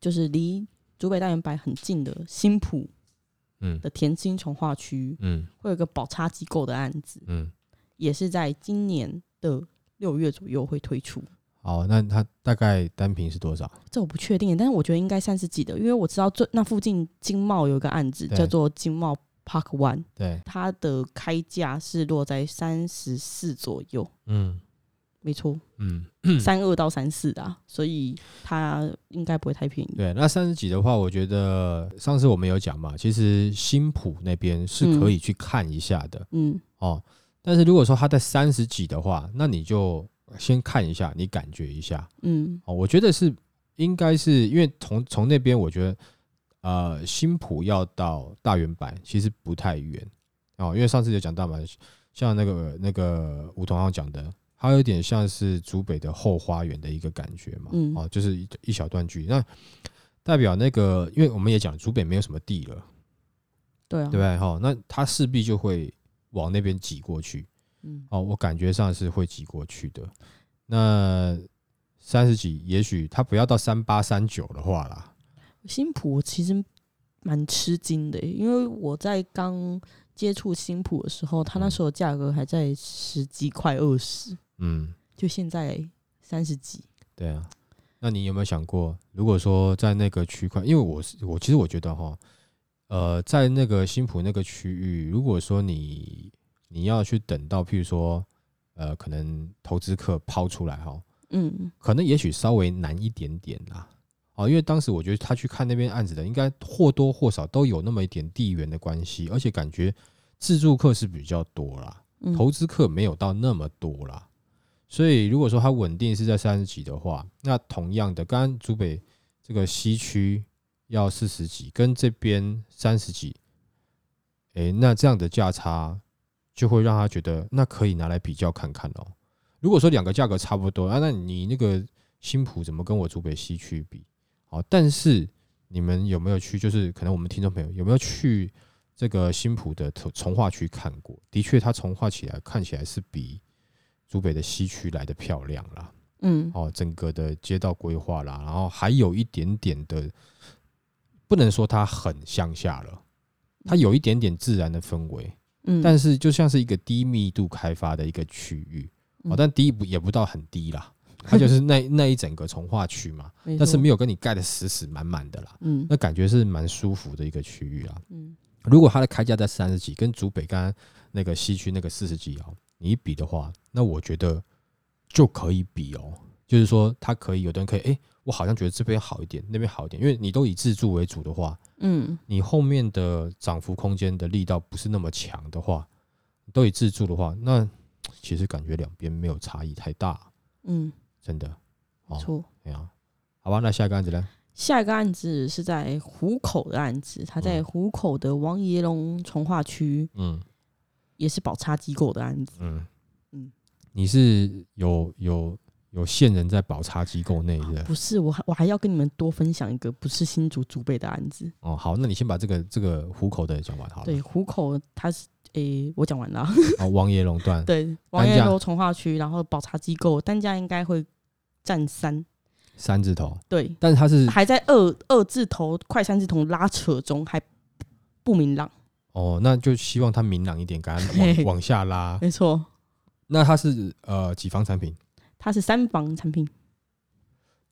Speaker 1: 就是离竹北大圆柏很近的新浦
Speaker 4: 嗯
Speaker 1: 的田心从化区，
Speaker 4: 嗯
Speaker 1: 会有一个保差机构的案子，
Speaker 4: 嗯，
Speaker 1: 也是在今年的六月左右会推出。
Speaker 4: 好，那他大概单品是多少？
Speaker 1: 这我不确定，但是我觉得应该算是记得，因为我知道最那附近经贸有一个案子
Speaker 4: 对
Speaker 1: 叫做经贸 Park One，
Speaker 4: 对，
Speaker 1: 它的开价是落在三十四左右，
Speaker 4: 嗯
Speaker 1: 没错，
Speaker 4: 嗯，
Speaker 1: 三二到三四啊，所以它应该不会太便宜。
Speaker 4: 对，那三十几的话，我觉得上次我们有讲嘛，其实新浦那边是可以去看一下的、
Speaker 1: 嗯，
Speaker 4: 哦。但是如果说它在三十几的话，那你就先看一下，你感觉一下
Speaker 1: 嗯
Speaker 4: 哦。我觉得是应该是因为从从那边，我觉得呃新浦要到大圆柏其实不太远哦，因为上次有讲到嘛，像那个那个吴同浩讲的。它有点像是竹北的后花园的一个感觉嘛，
Speaker 1: 嗯
Speaker 4: 哦，就是一一小段距离。那代表那个，因为我们也讲竹北没有什么地了，
Speaker 1: 对啊，
Speaker 4: 对不对？哈，那它势必就会往那边挤过去。
Speaker 1: 嗯
Speaker 4: 哦，我感觉上是会挤过去的。那三十几，也许它不要到三八三九的话啦，
Speaker 1: 新浦我其实蛮吃惊的耶，因为我在刚接触新浦的时候，它那时候价格还在十几块二十，
Speaker 4: 嗯，
Speaker 1: 就现在三十几。
Speaker 4: 对啊。那你有没有想过，如果说在那个区块，因为我是我，其实我觉得哈，呃，在那个新浦那个区域，如果说你你要去等到，譬如说，呃，可能投资客抛出来哈，
Speaker 1: 嗯，
Speaker 4: 可能也许稍微难一点点啦。哦，因为当时我觉得他去看那边案子的，应该或多或少都有那么一点地缘的关系，而且感觉自住客是比较多啦，
Speaker 1: 嗯
Speaker 4: 投资客没有到那么多啦。所以如果说它稳定是在三十几的话，那同样的，刚刚竹北这个西区要四十几，跟这边三十几，诶、那这样的价差就会让他觉得那可以拿来比较看看哦。如果说两个价格差不多啊，那你那个新浦怎么跟我竹北西区比？好，但是你们有没有去？就是可能我们听众朋友有没有去这个新浦的从从化区看过？的确，它从化起来看起来是比竹北的西区来的漂亮啦。
Speaker 1: 嗯
Speaker 4: 哦，整个的街道规划啦，然后还有一点点的，不能说它很乡下了，它有一点点自然的氛围，
Speaker 1: 嗯，
Speaker 4: 但是就像是一个低密度开发的一个区域，
Speaker 1: 嗯，
Speaker 4: 哦但低不也不到很低 啦，它就是那那一整个从化区嘛，但是没
Speaker 1: 有，
Speaker 4: 有跟你盖的死死满满的啦，
Speaker 1: 嗯
Speaker 4: 那感觉是蛮舒服的一个区域啦。
Speaker 1: 嗯
Speaker 4: 如果它的开价在三十几，跟竹北刚刚那个西区那个四十几窑，你一比的话，那我觉得就可以比哦。就是说，他可以有的人可以，哎、我好像觉得这边好一点，那边好一点，因为你都以自住为主的话，
Speaker 1: 嗯，
Speaker 4: 你后面的涨幅空间的力道不是那么强的话，都以自住的话，那其实感觉两边没有差异太大，
Speaker 1: 嗯，
Speaker 4: 真的。
Speaker 1: 没
Speaker 4: 哦
Speaker 1: 错。
Speaker 4: 哎呀、好吧，那下一个案子呢？
Speaker 1: 下一个案子是在湖口的案子，他在
Speaker 4: 嗯
Speaker 1: 湖口的王爷龙从化区，
Speaker 4: 嗯
Speaker 1: 也是保差机构的案子。
Speaker 4: 嗯
Speaker 1: 嗯
Speaker 4: 你是有有有线人在保差机构内的
Speaker 1: 不是，我还我还要跟你们多分享一个不是新竹竹北的案子。
Speaker 4: 哦。好，那你先把这个这个虎口的讲完好了。
Speaker 1: 对，湖口它是诶、我讲完了。啊
Speaker 4: 哦，王爷垄 断，
Speaker 1: 对，王
Speaker 4: 单
Speaker 1: 爷
Speaker 4: 价
Speaker 1: 楼从化区，然后保查机构单价应该会占三，
Speaker 4: 三字头，
Speaker 1: 对，
Speaker 4: 但是它是
Speaker 1: 还在二二字头快三字头拉扯中，还不明朗。
Speaker 4: 哦，那就希望它明朗一点，赶快往往下拉。
Speaker 1: 没错，
Speaker 4: 那它是呃几房产品？
Speaker 1: 它是三房产品，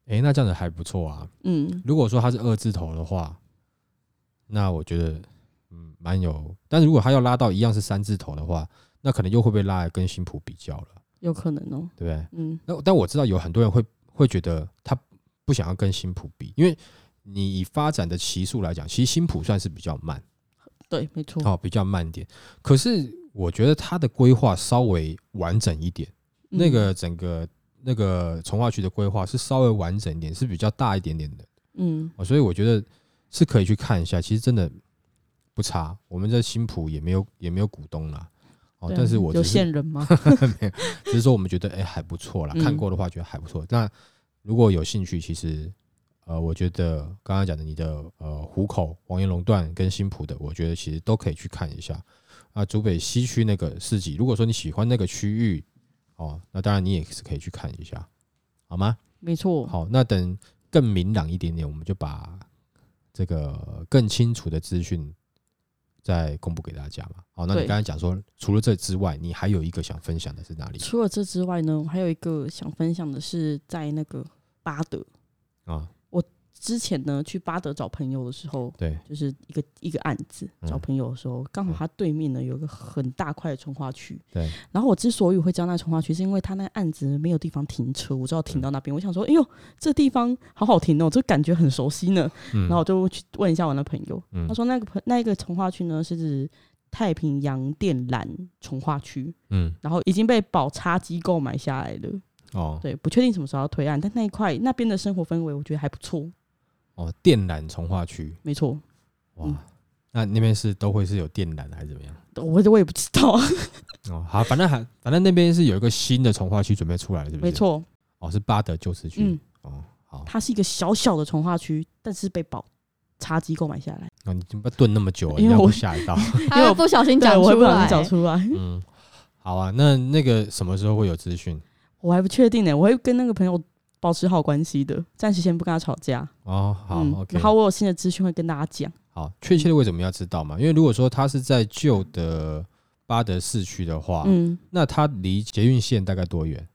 Speaker 4: 诶、那这样子还不错啊。
Speaker 1: 嗯，
Speaker 4: 如果说它是二字头的话，那我觉得嗯蛮有，但是如果它要拉到一样是三字头的话，那可能又会被拉来跟新浦比较了，
Speaker 1: 有可能哦、
Speaker 4: 对不对？
Speaker 1: 嗯，
Speaker 4: 那但我知道有很多人会会觉得他不想要跟新浦比，因为你以发展的期速来讲，其实新浦算是比较慢，
Speaker 1: 对，没错，
Speaker 4: 哦，比较慢一点。可是我觉得它的规划稍微完整一点，
Speaker 1: 嗯
Speaker 4: 那，个整个那个从化区的规划是稍微完整一点，是比较大一点点的，
Speaker 1: 嗯，
Speaker 4: 哦，所以我觉得是可以去看一下。其实真的不差，我们在新浦也没有也没有股东啦。哦，
Speaker 1: 对啊
Speaker 4: 但是我
Speaker 1: 有
Speaker 4: 只是
Speaker 1: 线人 吗？
Speaker 4: 只是说我们觉得哎、还不错啦，
Speaker 1: 嗯
Speaker 4: 看过的话觉得还不错。那如果有兴趣，其实呃，我觉得刚刚讲的你的呃虎口、王延龙段跟新浦的，我觉得其实都可以去看一下。啊，竹北西区那个市集，如果说你喜欢那个区域哦，那当然你也是可以去看一下，好吗？
Speaker 1: 没错，
Speaker 4: 好，那等更明朗一点点，我们就把这个更清楚的资讯再公布给大家嘛。好，那你
Speaker 1: 对
Speaker 4: 刚才讲说，除了这之外，你还有一个想分享的是哪里
Speaker 1: 除了这之外呢，我还有一个想分享的是，在那个巴德
Speaker 4: 啊？
Speaker 1: 之前呢，去巴德找朋友的时候，
Speaker 4: 对，
Speaker 1: 就是一个一个案子，
Speaker 4: 嗯
Speaker 1: 找朋友的时候，刚好他对面呢有一个很大块的从化区。
Speaker 4: 对。
Speaker 1: 然后我之所以会知道那从化区，是因为他那个案子没有地方停车，我知道停到那边，我想说，哎呦，这地方好好停哦，这感觉很熟悉呢。
Speaker 4: 嗯
Speaker 1: 然后我就去问一下我那朋友，
Speaker 4: 嗯
Speaker 1: 他说那个朋那个从化区呢是指太平洋电缆从化区，
Speaker 4: 嗯
Speaker 1: 然后已经被宝差机构买下来了。
Speaker 4: 哦
Speaker 1: 对，不确定什么时候要推案，但那一块那边的生活氛围，我觉得还不错。
Speaker 4: 哦，电缆从化区
Speaker 1: 没错，
Speaker 4: 哇，
Speaker 1: 嗯
Speaker 4: 那那边是都会是有电缆还是怎么样？
Speaker 1: 我我也不知道，
Speaker 4: 哦，好，反正还反正那边是有一个新的从化区准备出来了，是 不是？
Speaker 1: 没，错，
Speaker 4: 哦，是巴德旧市区。
Speaker 1: 嗯。
Speaker 4: 哦，好，
Speaker 1: 它是一个小小的从化区，但是被保差机购买下来。
Speaker 4: 哦，你怎么炖那么久、啊？
Speaker 1: 因为
Speaker 4: 你要
Speaker 1: 我
Speaker 4: 不吓一到？
Speaker 3: 他会不小心 讲
Speaker 1: 对我会
Speaker 3: 出
Speaker 1: 不小
Speaker 3: 来，
Speaker 1: 心找出来，
Speaker 4: 嗯，好啊，那那个什么时候会有资讯？
Speaker 1: 我还不确定呢、我会跟那个朋友保持好关系的，暂时先不跟他吵架。
Speaker 4: 哦，好、
Speaker 1: 嗯
Speaker 4: o k
Speaker 1: 然后我有新的资讯会跟大家讲。
Speaker 4: 好，确切的为什么要知道嘛？因为如果说它是在旧的巴德市区的话，
Speaker 1: 嗯，
Speaker 4: 那它离捷运线大概多远？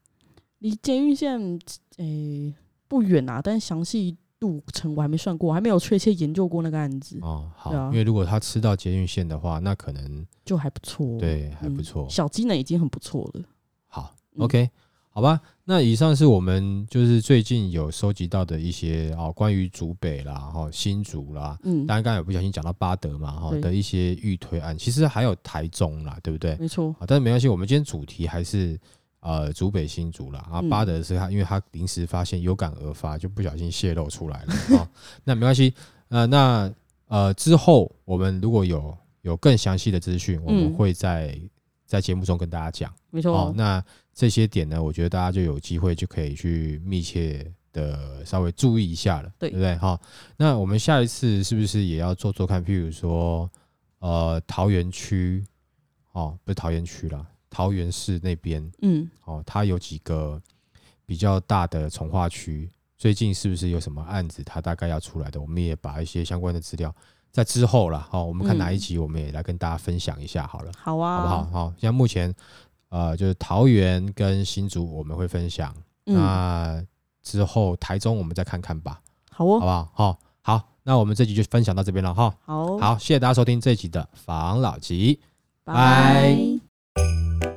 Speaker 1: 离捷运线诶、不远啊，但详细路程我还没算过，我还没有确切研究过那个案子，
Speaker 4: 哦，好，
Speaker 1: 对啊
Speaker 4: 因为如果它吃到捷运线的话，那可能
Speaker 1: 就还不错。
Speaker 4: 对还不
Speaker 1: 嗯
Speaker 4: 错。
Speaker 1: 小机能已经很不错了。
Speaker 4: 好
Speaker 1: 嗯
Speaker 4: ，OK，好吧。那以上是我们就是最近有收集到的一些哦，关于竹北啦、哈、新竹啦，
Speaker 1: 嗯
Speaker 4: 当，然刚才有不小心讲到巴德嘛哈、哦
Speaker 1: 对
Speaker 4: 的一些预推案，其实还有台中啦，对不对？
Speaker 1: 没错，
Speaker 4: 啊，但是没关系，我们今天主题还是呃竹北新竹啦啊，
Speaker 1: 嗯
Speaker 4: 巴德是他，因为他临时发现有感而发，就不小心泄露出来了啊、哦 那没关系，呃，那呃之后我们如果有有更详细的资讯，我们
Speaker 1: 嗯
Speaker 4: 会在在节目中跟大家讲。
Speaker 1: 没错。
Speaker 4: 哦，那这些点呢，我觉得大家就有机会就可以去密切的稍微注意一下了，
Speaker 1: 对
Speaker 4: 不对？哈、那我们下一次是不是也要做做看？譬如说，呃，桃园区，哦，不是桃园区啦，桃园市那边，
Speaker 1: 嗯，
Speaker 4: 哦，它有几个比较大的从化区，最近是不是有什么案子，它大概要出来的？我们也把一些相关的资料在之后啦，哦，我们看哪一
Speaker 1: 嗯
Speaker 4: 集，我们也来跟大家分享一下好了。
Speaker 1: 好啊，
Speaker 4: 好不好？？好，现在目前呃，就是桃园跟新竹我们会分享，
Speaker 1: 嗯，
Speaker 4: 那之后台中我们再看看吧，
Speaker 1: 好
Speaker 4: 好
Speaker 1: 哦，
Speaker 4: 不好？好，好，那我们这集就分享到这边了哈。
Speaker 1: 好，
Speaker 4: 好，谢谢大家收听这一集的防老集，
Speaker 1: 拜
Speaker 6: 拜
Speaker 1: 拜。